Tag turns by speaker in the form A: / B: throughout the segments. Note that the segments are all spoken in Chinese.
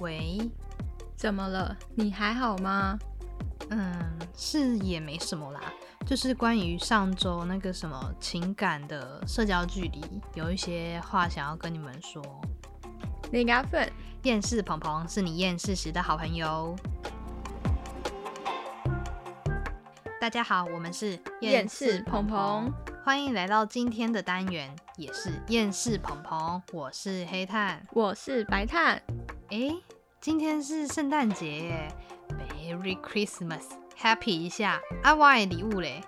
A: 喂，
B: 怎么了？你还好吗？
A: 嗯，是也没什么啦，就是关于上周那个什么情感的社交距离，有一些话想要跟你们说。
B: 你嘎粉，
A: 厌世鹏鹏是你厌世时的好朋友。大家好，我们是
B: 厌世鹏鹏，
A: 欢迎来到今天的单元，也是厌世鹏鹏，我是黑炭。
B: 我是白炭。
A: 诶，今天是圣诞节耶，Merry Christmas，Happy 一下。啊，我的礼物嘞？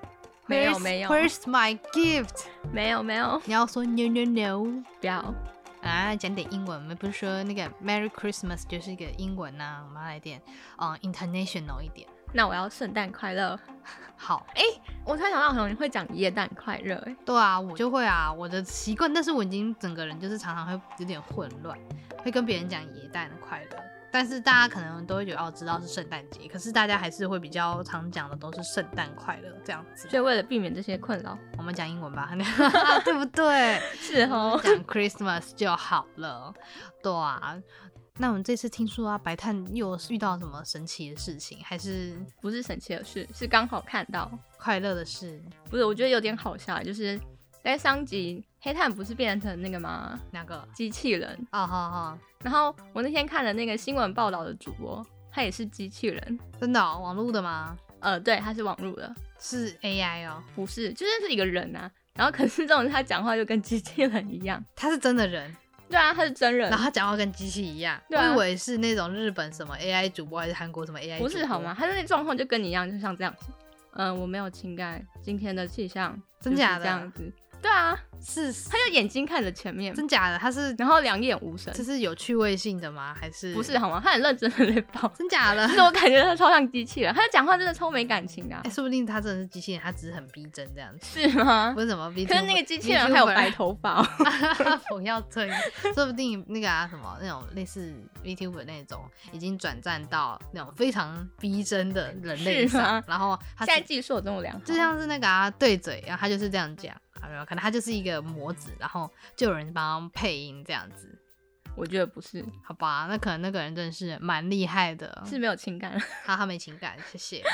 B: 没有
A: Where's-
B: 没有
A: ，Where's my gift？
B: 没有没有，
A: 你要说 No No No
B: 不要。
A: 啊，讲点英文。我们不是说那个 Merry Christmas 就是一个英文呐、我们要来点嗯、international 一点。
B: 那我要圣诞快乐。
A: 好，
B: 我突然想到，好像你会讲耶诞快乐、欸。
A: 对啊，我就会啊，我的习惯，但是我已经整个人就是常常会有点混乱，会跟别人讲耶诞快乐，但是大家可能都会觉得哦，知道是圣诞节，可是大家还是会比较常讲的都是圣诞快乐这样子。
B: 所以为了避免这些困扰，
A: 我们讲英文吧， 对不对？
B: 是
A: 我
B: 哦
A: 们。讲 Christmas 就好了，对啊。那我们这次听说啊，白炭又遇到什么神奇的事情，还是
B: 不是神奇的事，是刚好看到。
A: 快乐的事？
B: 不是，我觉得有点好笑，欸就是在上集黑炭不是变成那个吗？
A: 哪个？
B: 机器人。
A: 哦，好好，
B: 然后我那天看了那个新闻报道的主播，他也是机器人。
A: 真的哦、网络的吗？
B: 呃，对，他是网路的，
A: 是 AI 哦，
B: 不是，就是是一个人啊。然后可是这种他讲话就跟机器人一样，
A: 他是真的人，
B: 对啊，他是真人
A: 然，后他讲话跟机器一样，
B: 对啊
A: 我以为是那种日本什么 AI 主播还是韩国什么 AI，
B: 不
A: 主
B: 是
A: 播
B: 好吗？？他的那状况就跟你一样，就像这样子。嗯、我没有情感，今天的气象
A: 真假
B: 就是这样
A: 的？
B: 子。对啊，
A: 是
B: 他就眼睛看着前面，
A: 真假的？他是
B: 然后两眼无神
A: 这，是有趣味性的吗？还是
B: 不是？好吗？他很认真的在报，
A: 真假的
B: 其？实我感觉他超像机器人，他讲话真的超没感情的啊、
A: 哎、说不定他真的是机器人，他只是很逼真这样子。
B: 是吗
A: 不？是什么逼真，
B: 啊可是那个机器人还有白头发、哦，
A: 发， 不要这样，说不定那个啊什么那种类似 VTuber E 那种，已经转战到那种非常逼真的人类
B: 是
A: 上
B: 吗，
A: 然后他
B: 现在技术有这么良好，
A: 就像是那个啊对嘴，然后他就是这样讲啊，没有，可能他就是一个模子，然后就有人帮他配音这样子，
B: 我觉得不是，
A: 好吧？那可能那个人真的是蛮厉害的，
B: 是没有情感。
A: 哈哈没情感，谢谢。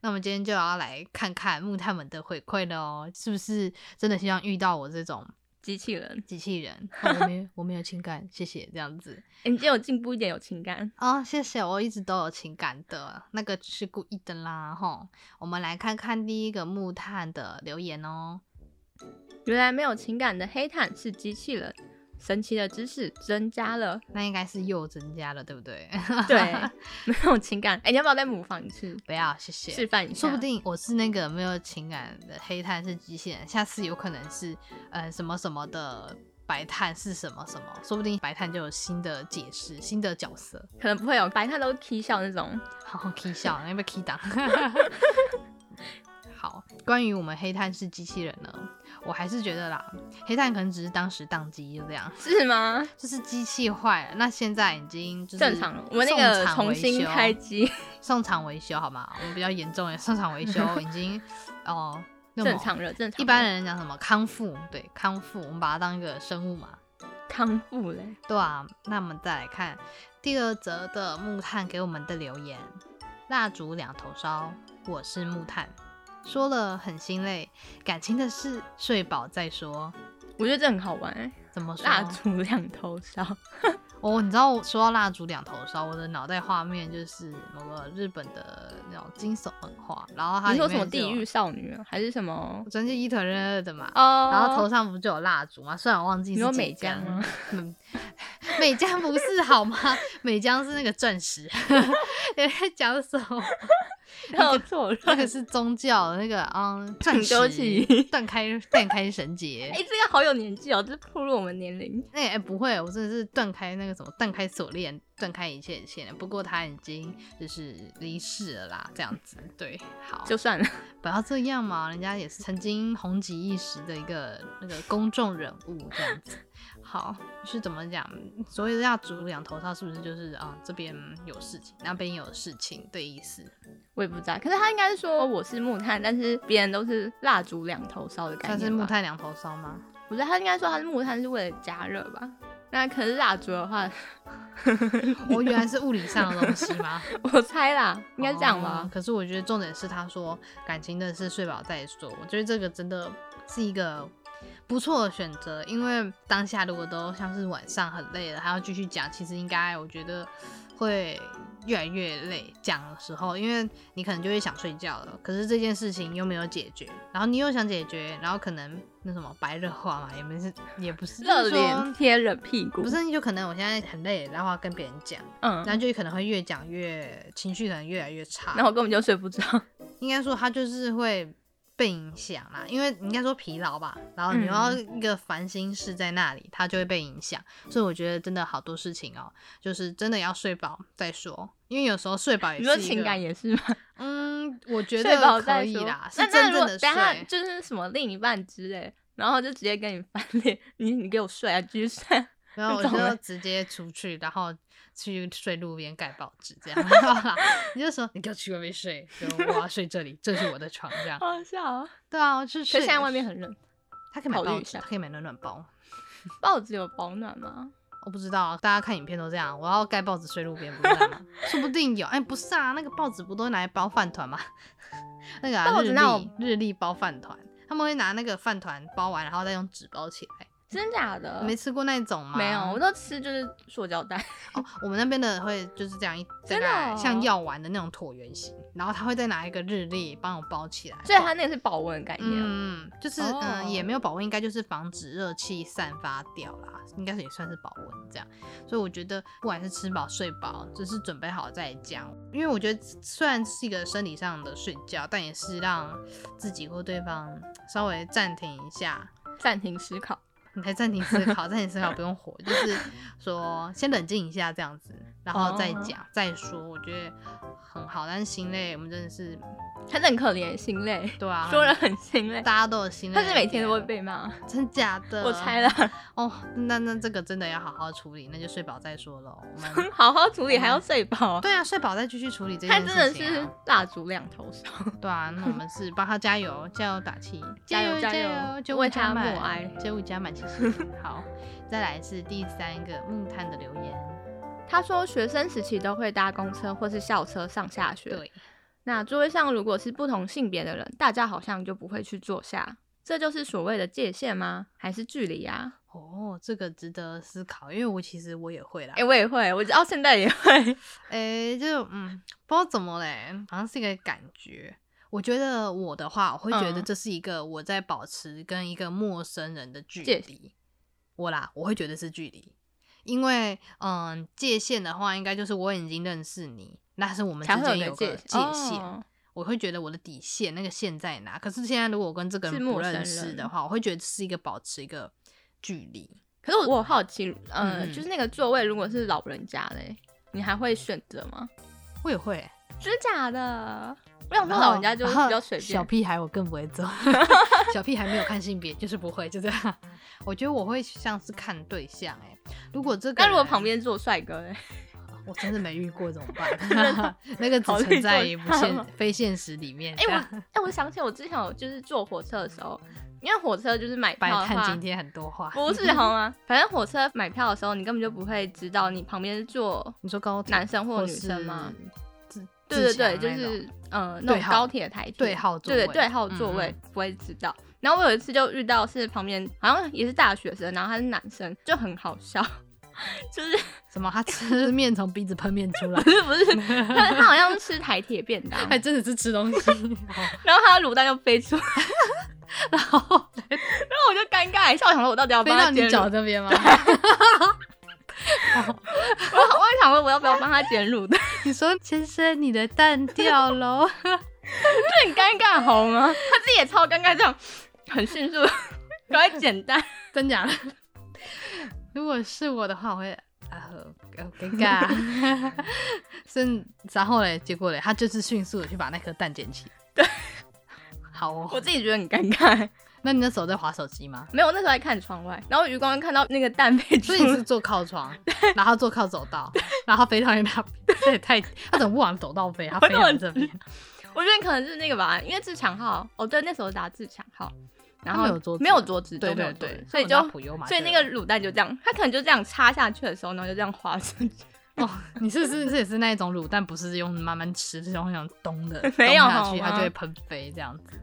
A: 那我们今天就要来看看木炭们的回馈了哦，是不是真的希望遇到我这种
B: 机器人，
A: 机器人？ 哦我没我没有情感，谢谢这样子
B: 欸、你今天有进步一点，有情感。
A: 哦，谢谢，我一直都有情感的，那个是故意的啦吼。我们来看看第一个木炭的留言哦，
B: 原来没有情感的黑炭是机器人，神奇的知识增加 了。
A: 那应该是又增加了，对不对？
B: 对，没有情感。哎、你要不要再模仿一次，
A: 不要，谢谢。
B: 示范一下？
A: 说不定我是那个没有情感的黑炭是机器人，下次有可能是呃什么什么的白炭是什么什么，说不定白炭就有新的解释、新的角色。
B: 可能不会有白炭都 K 笑那种。
A: 好 k 笑，要不要 k 档？ 好，关于我们黑炭是机器人呢，我还是觉得啦，黑炭可能只是当时宕机就这样，
B: 是吗？
A: 就是机器坏了，那现在已经就是
B: 正常了，我们那个
A: 送厂
B: 重
A: 维
B: 新
A: 修
B: 开机，
A: 送厂维修好吗？我们比较严重的送厂维 修已经哦、那种
B: 正常了，正常了。
A: 一般人讲什么康复，对康复，我们把它当一个生物嘛，
B: 康复嘞，
A: 对啊。那我们再来看第二则的木炭给我们的留言：蜡烛两头烧，我是木炭。说了很心累，感情的事睡饱再说。
B: 我觉得这很好玩、欸。
A: 怎么说？
B: 蜡烛两头烧，
A: 哦，你知道我说到蜡烛两头烧，我的脑袋画面就是某个日本的那种惊悚文化，然后它
B: 你说
A: 啊里
B: 什
A: 面
B: 么
A: 是
B: 地
A: 有
B: 狱少女啊，还是什么？
A: 真是伊藤润二的嘛。
B: 哦，
A: 然后头 上不就有蜡烛吗？虽然我忘记
B: 你
A: 是
B: 说
A: 几
B: 美江
A: 根
B: 吗？
A: 嗯，美江不是好吗？美江是那个钻石，你在讲什么？
B: 头错
A: 那
B: 乱。
A: 个是宗教的那个嗯，钻
B: 对不
A: 石
B: 起
A: 断开断开绳结
B: 哎、。这个好有年纪哦，这暴露我们年龄。
A: 那、哎不会，我真的是断开那个什么，断开锁链，断开一切一切。不过他已经就是离世了啦，这样子对，好，
B: 就算了，
A: 不要这样嘛，人家也是曾经红极一时的一个那个公众人物这样子。好，就是怎么讲，所谓的要煮两头烧，是不是就是啊、这边有事情，那边有事情的意思？
B: 我也不知道。可是他应该是
A: 哦
B: 说我是木炭，但是别人都是蜡烛两头烧的概
A: 算是
B: 念
A: 木
B: 吧。
A: 炭两头烧吗？
B: 我觉得他应该说他是木炭是为了加热吧。那可是蜡烛的话，
A: 哦，原来是物理上的东西吗？
B: 我猜啦，应该是这样
A: 哦
B: 吧？
A: 可是我觉得重点是他说感情的事睡饱再说，我觉得这个真的是一个不错的选择，因为当下如果都像是晚上很累了还要继续讲，其实应该我觉得会越来越累。讲的时候，因为你可能就会想睡觉了，可是这件事情又没有解决，然后你又想解决，然后可能那什么白热化嘛，也没是也不是
B: 热
A: 就是
B: 脸
A: 说
B: 贴冷屁股，
A: 不是，你就可能我现在很累，然后要跟别人讲，
B: 嗯，
A: 然后就可能会越讲越情绪，可能越来越差。
B: 然后我根本就睡不着，
A: 应该说他就是会被影响啦，因为你应该说疲劳吧，然后你
B: 嗯
A: 又要一个烦心事在那里，他就会被影响。所以我觉得真的好多事情哦、就是真的要睡饱再说，因为有时候睡饱也
B: 你
A: 是
B: 说
A: 一
B: 情
A: 个
B: 感也是吗？
A: 嗯，我觉
B: 睡饱
A: 得
B: 再
A: 可以
B: 说
A: 啦，是
B: 那那
A: 真
B: 如
A: 正
B: 果
A: 的
B: 等一下
A: 睡。
B: 就是什么另一半之类，然后就直接跟你翻脸，你你给我睡啊，继续睡啊。
A: 然后我
B: 那种
A: 就
B: 欸
A: 直接出去，然后去睡路边盖报纸这 样。你就说你给我去外面睡，就我要睡这里，这是我的床这样。
B: 好好笑啊！
A: 对啊，就是
B: 可是现在外面很冷，
A: 他可以买
B: 考虑
A: 报
B: 一
A: 纸，
B: 下
A: 他可以买暖暖包。
B: 报纸有保暖吗？
A: 我不知道，大家看影片都这样。我要盖报纸睡路边，不是这样吗？ 说不定有，哎、不是啊，那个报纸不都拿来包饭团吗？ 那个、啊、
B: 报
A: 日
B: 纸
A: 历
B: 那种
A: 日历包饭团，他们会拿那个饭团包完，然后再用纸包起来。
B: 真假的？
A: 你没吃过那种吗？
B: 呃没有，我都吃就是塑胶袋，
A: 哦，我们那边的会就是这样一大
B: 真的
A: 概
B: 哦
A: 像药丸的那种椭圆形，然后他会再拿一个日历帮我包起来。
B: 所以它那个是保温的概念。
A: 嗯，就是嗯、
B: 哦
A: 也没有保温，应该就是防止热气散发掉啦，应该是也算是保温这样。所以我觉得不管是吃饱睡饱，只是准备好再讲，因为我觉得虽然是一个生理上的睡觉，但也是让自己或对方稍微暂停一下。
B: 暂停思考，
A: 你还暂停思考，暂停思考不用火，就是说先冷静一下这样子，然后再
B: 哦
A: 讲、再说，我觉得很好。但是心累，我们真的是
B: 他真的很可怜，心累，
A: 对啊，
B: 说人很心累。
A: 大家都有心累的啊
B: 但
A: 一天，
B: 是每天都会被骂，
A: 真假的？
B: 我猜了，
A: 哦，那那这个真的要好好处理，那就睡饱再说喽。我 们
B: 好好处理还要睡饱，
A: 对啊，睡饱再继续处理这
B: 他
A: 件
B: 真的
A: 事情、啊。
B: 是 蜡烛两头烧，
A: 对啊，那我们是帮他加油，加油打气，
B: 加油
A: 加
B: 加油
A: 九五
B: 为
A: 加
B: 他
A: 满，
B: 默哀
A: 九五加满，谢谢。好，再来是第三个木炭的留言，
B: 他说学生时期都会搭公车或是校车上下学。
A: 对，
B: 那座位上如果是不同性别的人，大家好像就不会去坐下，这就是所谓的界限吗？还是距离啊？
A: 哦，这个值得思考，因为我其实我也会啦
B: 哎、，我也会，我到现在也会。
A: 诶、就嗯，不知道怎么嘞，好像是一个感觉。我觉得我的话，我会觉得
B: 嗯
A: 这是一个我在保持跟一个陌生人的距
B: 界
A: 离。我啦，我会觉得是距离，因为嗯，界限的话，应该就是我已经认识你，那是我们之
B: 才会
A: 间
B: 有
A: 有
B: 个
A: 个
B: 界
A: 界限。
B: 哦
A: 我会觉得我的底线那个线在哪。可是现在如果我跟这个
B: 是
A: 人不
B: 陌
A: 认
B: 生
A: 识的
B: 人
A: 话，我会觉得是一个保持一个距离。
B: 可是我我好奇，呃，
A: 嗯嗯
B: 就是那个座位如果是老人家嘞，你还会选择吗？
A: 我也会、欸
B: 真假的？我想说
A: 然后
B: 老人家就比
A: 然后
B: 较随
A: 小
B: 便，
A: 屁孩我更不会 做，小屁孩没有看性别，就是不会，就这样。我觉得我会像是看对象哎、如果这个
B: 那如果
A: 人
B: 旁边坐帅哥 嘞，
A: 我真的没遇过怎么办？ 那个只存在于不
B: 考虑
A: 现
B: 过
A: 非现实里面。
B: 哎
A: 这样
B: 哎、我想起我之前有就是坐火车的时候，因为火车就是买
A: 白
B: 票的
A: 炭
B: 话
A: 今，天很多话，
B: 不是好 吗？反正火车买票的时候，你根本就不会知道你旁边是坐
A: 你说高铁
B: 男生或
A: 或
B: 女生吗？
A: 是自？
B: 对
A: 自
B: 对对，
A: 强那
B: 就
A: 种
B: 是呃那
A: 对
B: 种
A: 号
B: 高铁台铁
A: 对号座
B: 对对
A: 位嗯
B: 对号座位不会知道。然后我有一次就遇到是旁边好像也是大学生，然后他是男生，就很好笑， 就是
A: 什么？他吃面从鼻子喷面出来
B: 不，是不是，他他好像是吃台铁便当，
A: 还真的是吃东 西。好
B: 然后他的卤蛋就飞出来，
A: 然后
B: 然后我就尴尬一下，我想说我到底 要
A: 飞
B: 帮
A: 到
B: 他
A: 你
B: 捡
A: 脚
B: 卤，
A: 这边吗？
B: 我我也想说我要不要帮他捡卤蛋，
A: 你说先生，你的蛋掉喽。
B: 就很尴尬好吗？他自己也超尴尬，这样很迅速， 赶快捡蛋，
A: 真假的？ 如果是我的话，我会啊，好好尴尬。 是，然后嘞，结果嘞，他就是迅速的去把那颗蛋捡起。对， 好
B: 我
A: 哦。
B: 自己觉得很尴尬。
A: 那你的手在划手机吗？
B: 没有，我那时候还看窗外，然后余光看到那个蛋飞出
A: 所
B: 来，
A: 以你 是坐靠窗，然后坐靠走道，然后飞到你那 边，这也太……他怎么不往走道飞？他飞到你这边，
B: 我觉得可能是那个吧，因为自强号，哦对，那时候打自强号，然
A: 他
B: 后
A: 们有桌子
B: 没有桌子，
A: 对
B: 都没
A: 对
B: 有桌
A: 对
B: 子
A: 他
B: 所以
A: 们
B: 就
A: 拿普悠玛
B: 所以
A: 就
B: 那
A: 有
B: 个卤蛋就这样，它可能就这样插下去的时候，然后就这样滑出去，
A: 哦你是是是也是那一种卤蛋，不是用慢慢吃，是用那种咚的
B: 没有
A: 咚下去，
B: 好
A: 它
B: 吗
A: 就会喷飞这样子。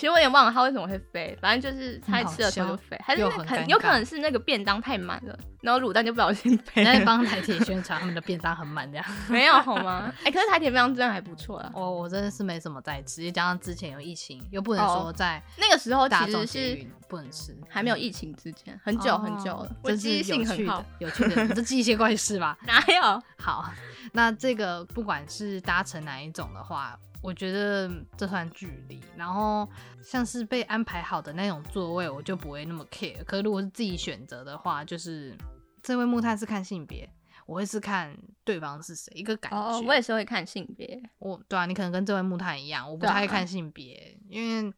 B: 其实我有点忘了它为什么会飞，反正就是它在吃的时候就飞，还是 那
A: 又很
B: 可
A: 尴
B: 能
A: 尬
B: 有可能是那个便当太满了，然后卤蛋就不小心飞
A: 你在
B: 了。
A: 帮台铁宣传他们的便当很满这样。
B: 没有好吗？ 哎、可是台铁便当真的还不错啊啦。
A: 我我真的是没什么在吃，也加上之前有疫情，又不能
B: 哦
A: 说在
B: 那个时候
A: 大
B: 其
A: 众
B: 实
A: 捷
B: 是
A: 运不能吃，嗯
B: 还没有疫情之前，很久很久了
A: 哦，
B: 我
A: 真是
B: 记忆性
A: 有趣
B: 很好
A: 的。，有趣的，你这记一些怪事吧。
B: 哪有？
A: 好， 那这个不管是搭乘哪一种的话，我觉得这算距离。然后像是被安排好的那种座位，我就不会那么 care。可如果是自己选择的话，就是这位木炭是看性别，我会是看对方是谁，一个感觉。
B: 哦，我也是会看性别，
A: 我对啊，你可能跟这位木炭一样，我不
B: 对啊
A: 太看性别，因为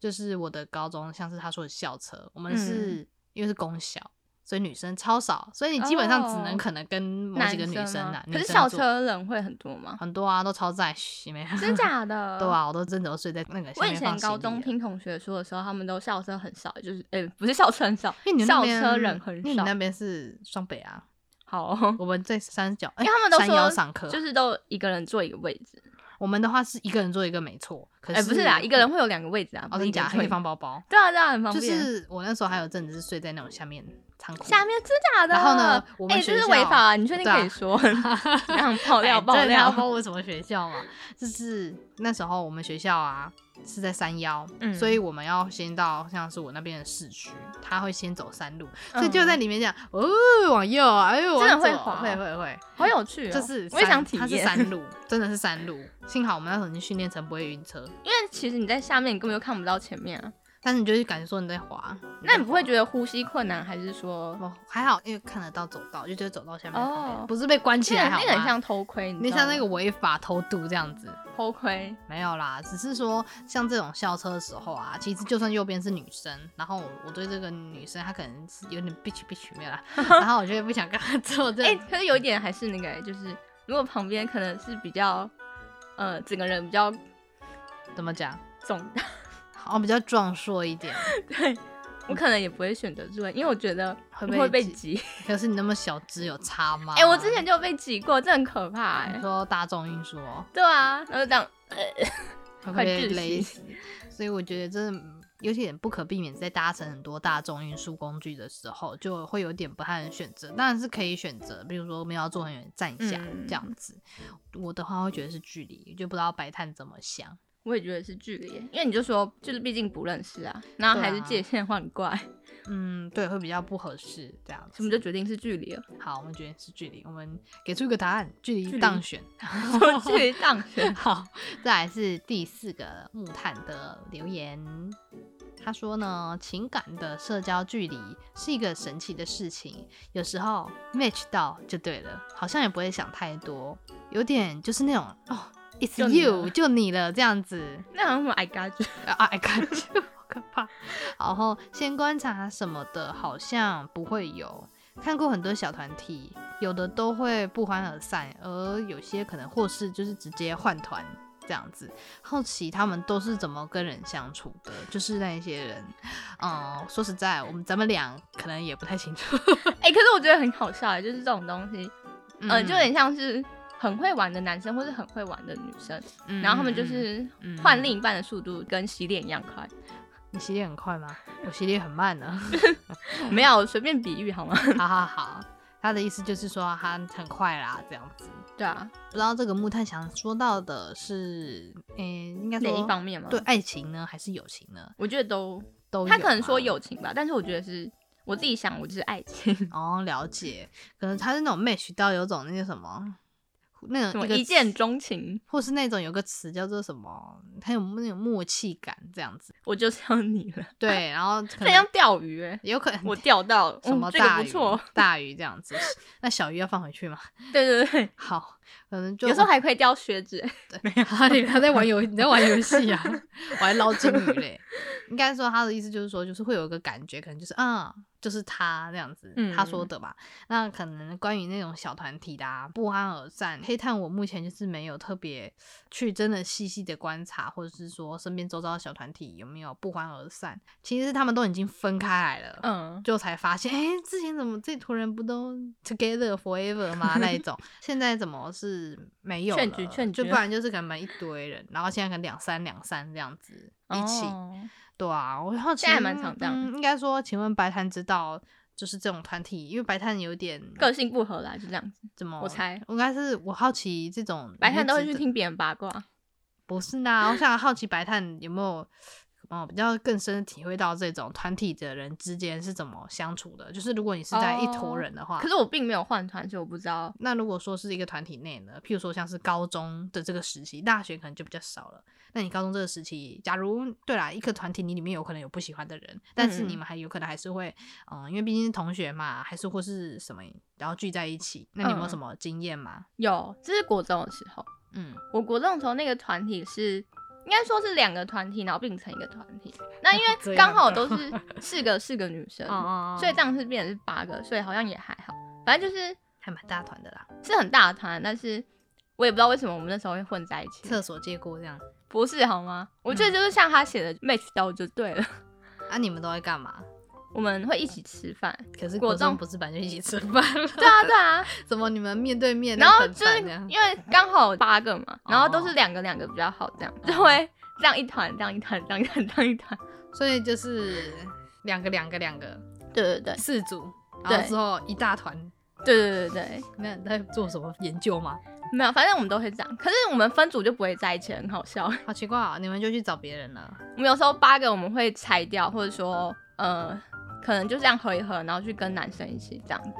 A: 就是我的高中，像是他说的校车，我们
B: 嗯
A: 是、因为是公校，所以女生超少，所以你基本上只能
B: 哦
A: 可能跟某几个女生
B: 吗
A: 啊，女
B: 可是
A: 生
B: 校
A: 坐
B: 车人会很多 吗？
A: 很多啊，都超载，嘘没有
B: 真？假 的？
A: 对。啊，我都真的都睡在那个。
B: 我以前高中，听同学说的时候，他们都校车很少，就是诶、不是校车很少
A: 因为你，们那
B: 校
A: 边
B: 车人很
A: 因为你
B: 少
A: 那。边是双北啊，
B: 好哦、
A: 我们在山脚，因
B: 因为他们都
A: 山腰
B: 说
A: 上课，
B: 就是都一个人坐一个位置，
A: 我们的话是一个人坐一个没错，可
B: 哎、
A: 是
B: 不是啊，一个人会有两个位置啊，
A: 哦，
B: 不是
A: 真
B: 一个
A: 假
B: 人
A: 可
B: 坐
A: 以
B: 一个
A: 放包包，
B: 对啊，对啊，很方
A: 就
B: 便。
A: 是我那时候还有阵子是睡在那种下面仓库，
B: 下面真假的？
A: 然后呢我们
B: 哎、这
A: 学
B: 是
A: 校
B: 违法、啊，你确定
A: 对啊
B: 可以说？ 这样爆料
A: 哎
B: 爆
A: 真的要
B: 料，
A: 报我什么学校嘛？就是那时候我们学校啊是在山腰，
B: 嗯
A: 所以我们要先到像是我那边的市区，他会先走山路，所以就在里面讲、哦往右，哎呦
B: 嗯真的
A: 往左
B: 会滑
A: 会会会，
B: 好有趣哦、
A: 就是
B: 我也
A: 山
B: 想体
A: 它是
B: 验，
A: 山路，真的是山路。幸好我们那时候已经训练成不会晕车，
B: 因为其实你在下面，你根本就看不到前面啊。
A: 但是你就会感觉说你在滑，
B: 那你不会
A: 觉
B: 觉得呼吸困难，还是说
A: 我还好，因为看得到走道，就觉得走道下面、
B: 哦
A: 不是被关起来
B: 那
A: 好吗？
B: 个那个很像偷窥，你
A: 你
B: 知道
A: 像
B: 吗
A: 那个违法偷渡这样子，
B: 偷窥，
A: 没有啦，只是说像这种校车的时候啊，其实就算右边是女生，然后我我对这个女生她可能是有点 bitch bitch 没 有啦，然后我就会不想跟她坐这
B: 哎、
A: 样。
B: 可是有一点还是那个、欸，就是如果旁边可能是比较，呃，整个人比较
A: 怎么讲？
B: 肿 大，
A: 好，比较壮硕一点，
B: 对我可能也不会选择坐，因为我觉得
A: 会被
B: 会被
A: 挤
B: 挤。
A: 可是你那么小只有差吗？
B: 哎、我之前就被挤过，这很可怕哎、
A: 啊你说大众运输哦，
B: 对啊，然后就这样，
A: 会不
B: 快
A: 会
B: 窒
A: 勒
B: 息
A: 死？所以我觉得真的有点不可避免，在搭乘很多大众运输工具的时候，就会有点不太能选择。当然是可以选择，比如说没有要坐很远，站一下、
B: 嗯
A: 这样子。我的话会觉得是距离，就不知道白炭怎么想。
B: 我也觉得是距离欸，因为你就说就是毕竟不认识啊，然后还是
A: 对啊
B: 界限换怪，
A: 嗯，对，会比较不合适这样
B: 所以我
A: 子。
B: 们就决定是距离 了，
A: 好，我们决定是距离，我们给出一个答案，距
B: 距
A: 离
B: 离
A: 当选。
B: 说 距离当选。
A: 好，再来是第四个木炭的留言。他说呢，情感的社交距离是一个神奇的事情，有时候 match 到就对了，好像也不会想太多，有点就是那种哦，it's
B: 就你
A: you，
B: 了
A: 就你了这样子。
B: 那好像什么 I got you，
A: 啊，哎，感觉好可 怕。然后先观察什么的，好像不会有。看过很多小团体，有的都会不欢而散，而有些可能或是就是直接换团这样子。好奇他们都是怎么跟人相处的，就是那一些人，嗯，说实在，我们咱们俩可能也不太清 楚。
B: 哎、可是我觉得很好笑哎、就是这种东西，
A: 嗯
B: 呃，就有点像是很会玩的男生或是很会玩的女生，
A: 嗯
B: 然后他们就
A: 嗯
B: 是
A: 嗯
B: 换另一半的速度跟洗脸一样快。
A: 你洗脸很快吗？我洗脸很慢 呢。
B: 没有，随便比喻好吗？
A: 好好好，他的意思就是说他很快啦，这样子。
B: 对啊，
A: 不知道这个木炭想说到的是，嗯、应该
B: 哪
A: 说
B: 一方面嘛？
A: 对，爱情呢，还是友情呢？
B: 我觉得都，
A: 都有
B: 他可能说
A: 吗
B: 友情吧，但是我觉得是我自己想，我就是爱情，
A: 哦，了解，可能他是那种 match 到有种那些什么，那
B: 什
A: 种
B: 么
A: 一个
B: 一见
A: 词，
B: 钟情，
A: 或是那种有个词叫做什么，他有那种默契感这样子。
B: 我就是要你了，
A: 对，然后可
B: 这像
A: 能
B: 钓鱼哎、
A: 有可能
B: 我钓到了，
A: 什么
B: 嗯、这个
A: 大
B: 不
A: 鱼、
B: 错，
A: 大鱼这样子，那小鱼要放回去吗？
B: 对对对，
A: 好，可能就
B: 有时候还可以钓靴子、欸。
A: 啊，你还在玩游， 你在玩游戏啊？ 我还捞金鱼嘞。 应该说他的意思就是说，就是会有一个感觉，可能就是嗯，就是他这样子，
B: 嗯
A: 他说的吧。那可能关于那种小团体的、啊、不欢而散，黑炭我目前就是没有特别去真的细细的观察，或者是说身边周遭的小团体有没有不欢而散。其实他们都已经分开来了，
B: 嗯，
A: 就才发现，哎、之前怎么这坨人不都 together forever 吗？那一 种，现在怎么是没有了？
B: 劝举劝举
A: 就不然就是可能一堆人，然后现在可能两三两三这样子一起。
B: 哦
A: 对啊，我好奇，
B: 现在还蛮常这样
A: 嗯应该说，请问白炭知道就是这种团体，因为白炭有点
B: 个性不合啦，就这样子。
A: 怎么？
B: 我猜
A: 应该是我好奇这种
B: 白炭都会
A: 你
B: 去
A: 指的
B: 听别人八卦，
A: 啊不是呢，我想好奇白炭有没有哦比较更深的体会到这种团体的人之间是怎么相处的？就是如果你是在一坨
B: 哦
A: 人的话，
B: 可是我并没有换团，所以我不知道。
A: 那如果说是一个团体内呢，譬如说像是高中的这个时期，大学可能就比较少了。那你高中这个时期，假如对啦，一个团体你里面有可能有不喜欢的人，但是你们还有可能还是会，嗯、因为毕竟是同学嘛，还是或是什么，然后聚在一起。那你有没有
B: 嗯
A: 什么经验吗？
B: 有，这是国中的时候，
A: 嗯，
B: 我国中的时候那个团体是。应该说是两个团体，然后并成一个团体。那因
A: 这
B: 为
A: 样
B: 刚好
A: 啊
B: 都是 四个四个女生，
A: 哦
B: 所以这样是变成是八个，所以好像也还好。反正就是
A: 还蛮大团的啦，
B: 是很大的团，但是我也不知道为什么我们那时候会混在一起。
A: 厕所借过这样。
B: 不是好吗？我
A: 嗯
B: 觉得就是像他写的 match 到就对了。
A: 啊，你们都在干嘛？
B: 我们会一起吃饭，
A: 可是
B: 国
A: 国中
B: 中
A: 不是本来就一起吃饭了？
B: 对啊对啊，
A: 怎么你们面对面？
B: 然后
A: 很
B: 就是
A: 烦这样
B: 因为刚好八个嘛，然后都
A: 哦
B: 是两个两个比较好，这样就会这样一团这样一团这样一团这样一团。
A: 所以就是两个两个两个
B: 对对对
A: 四组，然后
B: 对
A: 之后一大团。
B: 对对对对，
A: 那你在做什么研究吗？
B: 没有，反正我们都会这样。可是我们分组就不会在一起，很好笑。
A: 好奇怪啊、你们就去找别人了。
B: 我们有时候八个我们会拆掉，或者说呃，可能就这样合一合，然后去跟男生一起这样子。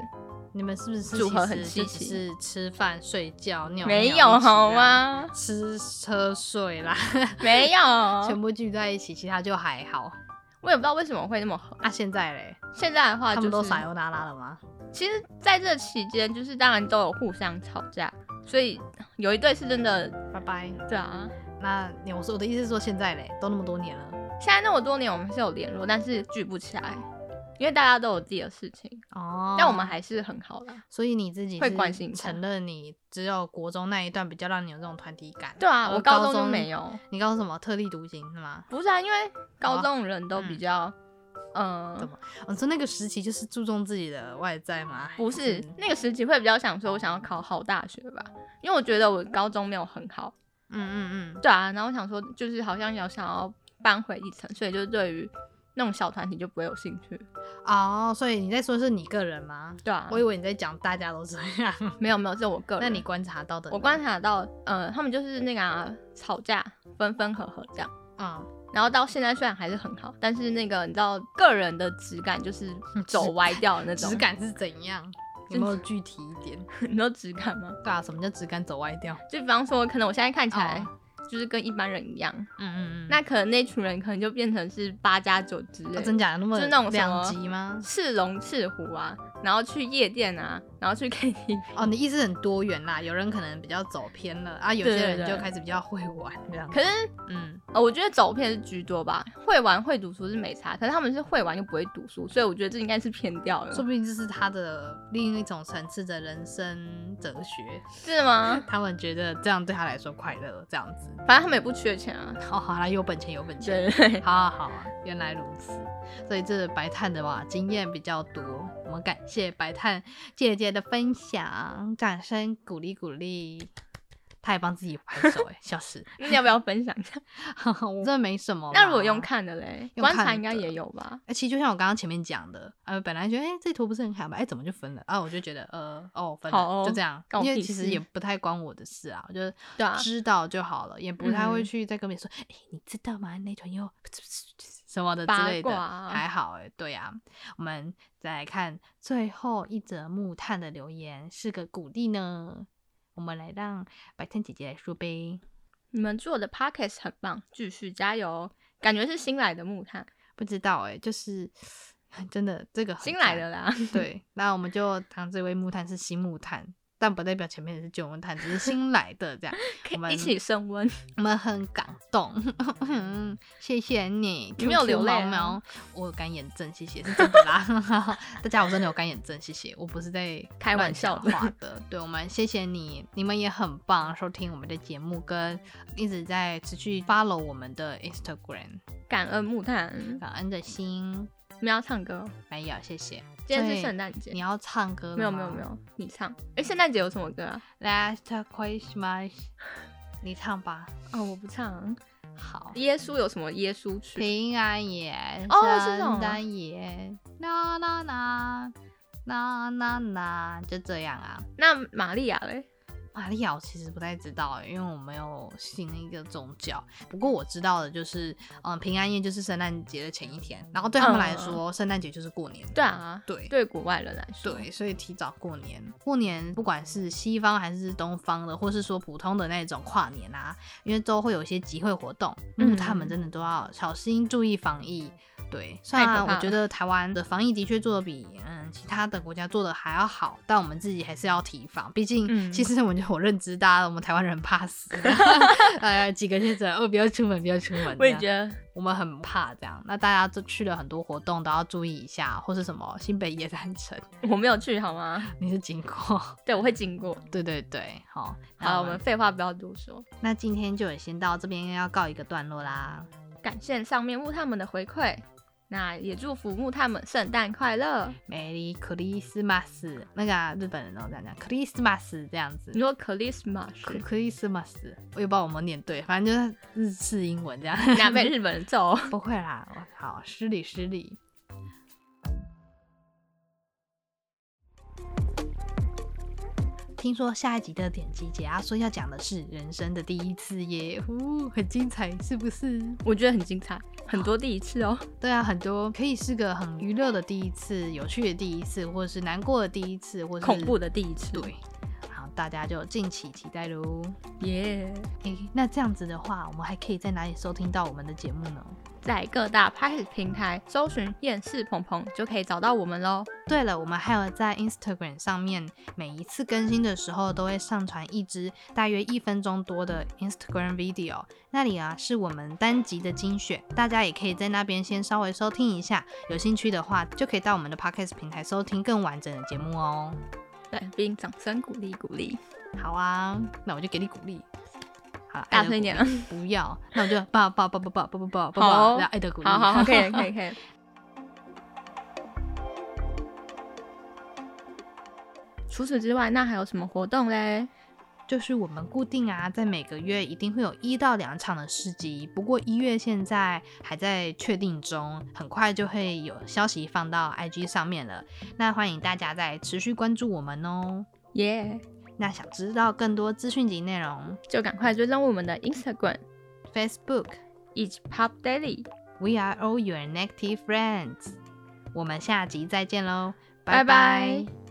A: 你们是不是
B: 组合
A: 其实
B: 很稀
A: 就只
B: 奇
A: 是吃饭、睡觉、尿尿
B: 没
A: 一起
B: 有
A: 啊
B: 好？吗？
A: 吃喝睡啦，
B: 没有，
A: 全部聚在一起，其他就还好。
B: 我也不知道为什么会那么合。
A: 啊，现在嘞，
B: 现在的话、
A: 他
B: 就是，
A: 们都撒尤那拉了吗？
B: 其实在这期间，就是当然都有互相吵架，所以有一对是真的，
A: 拜拜。
B: 对啊。
A: 那你我说我的意思是说，现在嘞，都那么多年了。
B: 现在那么多年，我们是有联络，但是聚不起来，因为大家都有自己的事情。
A: 哦，
B: 但我们还是很好啦。
A: 所以你自己
B: 会
A: 是
B: 关心一下
A: 承认你只有国中那一段比较让你有这种团体感。
B: 对啊，
A: 而
B: 我高中就没。有。
A: 你高中什么特立独行是吗？
B: 不是啊，因为高中人都
A: 嗯
B: 比较，嗯、
A: 怎么我哦说那个时期就是注重自己的外在吗？
B: 不是
A: 嗯
B: 那个时期会比较想说，我想要考好大学吧，因为我觉得我高中没有很好。
A: 嗯嗯嗯，
B: 对啊，然后我想说，就是好像有想要搬回一层，所以就是对于那种小团体就不会有兴趣。
A: 哦，所以你在说是你个人吗？
B: 对啊，
A: 我以为你在讲大家都这样，
B: 没有没有，这我个人。
A: 那你观察到的呢，
B: 我观察到，呃，他们就是那个、啊、吵架，分分合合这样。
A: 嗯，
B: 然后到现在虽然还是很好，但是那个你知道个人的质感就是走歪掉的那
A: 嗯
B: 种
A: 质，感是怎样？有没有具体一点？
B: 你知道质感吗？
A: 对啊，什么叫质感走歪掉？
B: 就比方说，可能我现在看起来
A: 哦
B: 就是跟一般人一样，
A: 嗯嗯嗯，
B: 那可能那群人可能就变成是八加九之类
A: 哦
B: 的，
A: 真假的那么
B: 就是那种什
A: 两
B: 么
A: 极吗？
B: 赤龙赤虎啊，然后去夜店啊，然后去 KTV，
A: 哦，你意思很多元啦，有人可能比较走偏了啊，有些
B: 对对
A: 人就
B: 对
A: 开始比较会玩这样。
B: 可是
A: 嗯，
B: 呃，我觉得走偏是居多吧，会玩会读书是没差，可是他们是会玩又不会读书，所以我觉得这应该是偏掉了
A: 说，不定这是他的另一种层次的人生哲学。
B: 是吗？
A: 他们觉得这样对他来说快乐，这样子。
B: 反正他们也不缺钱啊，
A: 哦，好啦，有本钱有本钱，
B: 对对 对
A: 好啊好啊，原来如此。所以这白炭的话经验比较多，我们感谢白炭姐姐的分享，掌声鼓励鼓励。他也帮自己拍手、欸，哎，笑死！
B: 那你要不要分享一下？
A: 我这没什么。
B: 那如果用，看的嘞，
A: 用
B: 观
A: 看
B: 察应该
A: 的
B: 也有吧？
A: 而哎且就像我刚刚前面讲的，呃，本来觉得哎、欸这图不是很好吧，哎、怎么就分了啊？我就觉得呃哦分了，
B: 好哦
A: 就这样，
B: 关我
A: 因为
B: 屁
A: 其实
B: 事
A: 也不太关我的事啊，我就
B: 对啊
A: 知道就好了，也不太会
B: 嗯
A: 去再跟别人说，哎、你知道吗？那团又什么的之
B: 八
A: 类的，
B: 卦啊
A: 还好哎、对呀、我们再来看最后一则木炭的留言，是个鼓励呢。我们来让白天姐姐来说呗，
B: 你们做的 podcast 很棒，继续加油哦！感觉是新来的木炭，
A: 不知道哎、就是 真的这个很
B: 新来
A: 赞
B: 的啦。
A: 对，那我们就当这位木炭是新木炭，但不代表前面也是旧文探，只是新来的这样。我
B: 可
A: 们
B: 以一起升 温。
A: 我们很感 动，嗯 谢谢你。
B: 你没有流泪啊
A: QQ 毛 毛，我有干眼症，谢谢，是真的啦。 大家，我真的有干眼症，谢谢，我不是在
B: 开玩笑的
A: 乱讲话的。对，我们谢谢你，你们也很棒，收听我们的节目，跟一直在持续 follow 我们的 Instagram，
B: 感恩木炭，
A: 感恩的心
B: 我们要唱歌哦。
A: 没有，谢谢。
B: 今天
A: 所以
B: 是圣诞节
A: 你，要唱歌了
B: 没有
A: 吗
B: 没有没有，你唱。哎，圣诞节有什么歌啊？
A: ，Last Christmas，你唱吧。
B: 哦，我不唱。
A: 好，
B: 耶稣有什么耶稣曲？
A: 平安夜，
B: 哦是这种啊
A: 圣诞夜，啦啦啦啦啦啦，就这样啊。
B: 那玛利亚嘞？
A: 玛利亚我其实不太知道，因为我没有信一个宗教。不过我知道的就是，嗯，平安夜就是圣诞节的前一天，然后对他们来说，圣诞节就是过年。
B: 对啊，
A: 对
B: 嗯对国外人来说，
A: 对，所以提早过年，过年不管是西方还是东方的，或是说普通的那种跨年啊，因为都会有一些集会活动，
B: 嗯
A: 嗯，他们真的都要小心注意防疫。对，虽
B: 太可
A: 然
B: 怕了
A: 我觉得台湾的防疫的确做的比嗯其他的国家做的还要好，但我们自己还是要提防。毕
B: 嗯
A: 竟，其实我觉得我认知大家，我们台湾人很怕死， 呃，几个确诊，哦，不要出门，不要出门。
B: 我也
A: 这样
B: 觉得
A: 我们很怕这样。那大家就去了很多活动都要注意一下，或是什么新北野山城，
B: 我没有去好吗？
A: 你是经 过，
B: 对，我会经过。
A: 对对对，好，那
B: 好，我们废话不要多说，
A: 那今天就也先到这边要告一个段落啦。
B: 感谢上面木炭们的回馈，那也祝福木炭们圣诞快乐。
A: Merry Christmas，那个啊、日本人都这样讲，Christmas 这样子
B: 你。说 Christmas，
A: Christmas，我也不知道我们念对，反正就是日式英文 这样。
B: 哪被日本人揍？哦
A: 不会啦，我好失礼失礼。听说下一集的点击解压缩要讲的是人生的第一次耶，呼，很精彩，是不是？
B: 我觉得很精彩，很多第一次哦。
A: 对啊，很多可以是个很娱乐的第一次，有趣的第一次，或者是难过的第一次，或是
B: 恐怖的第一次，
A: 对，好，大家就敬请期待喽。
B: 耶
A: 诶、那这样子的话，我们还可以在哪里收听到我们的节目呢？
B: 在各大 p o 平台搜寻“厌世鹏鹏”就可以找到我们喽。
A: 对了，我们还有在 Instagram 上面，每一次更新的时候都会上传一支大约一分钟多的 Instagram video，那里啊是我们单集的精选，大家也可以在那边先稍微收听一下，有兴趣的话就可以到我们的 Podcast 平台收听更完整的节目哦。
B: 对，并掌声鼓励鼓励。
A: 好啊，那我就给你鼓励。好，
B: 大声一点
A: 爱的鼓励！不要，那我就抱抱抱抱抱抱抱抱抱
B: 好
A: 抱，然后爱的鼓励。
B: 好好 好，可以可以可以。除此之外，那还有什么活动嘞？
A: 就是我们固定啊，在每个月一定会有一到两场的市集，不过一月现在还在确定中，很快就会有消息放到 IG 上面了。那欢迎大家再持续关注我们哦。
B: 耶、
A: 那想知道更多资讯及内容
B: 就赶快追踪我们的 Instagram
A: ，Facebook
B: 以及 Pop Daily，
A: We Are All Your Negative Friends。我们下集再见喽，拜
B: 拜拜
A: 拜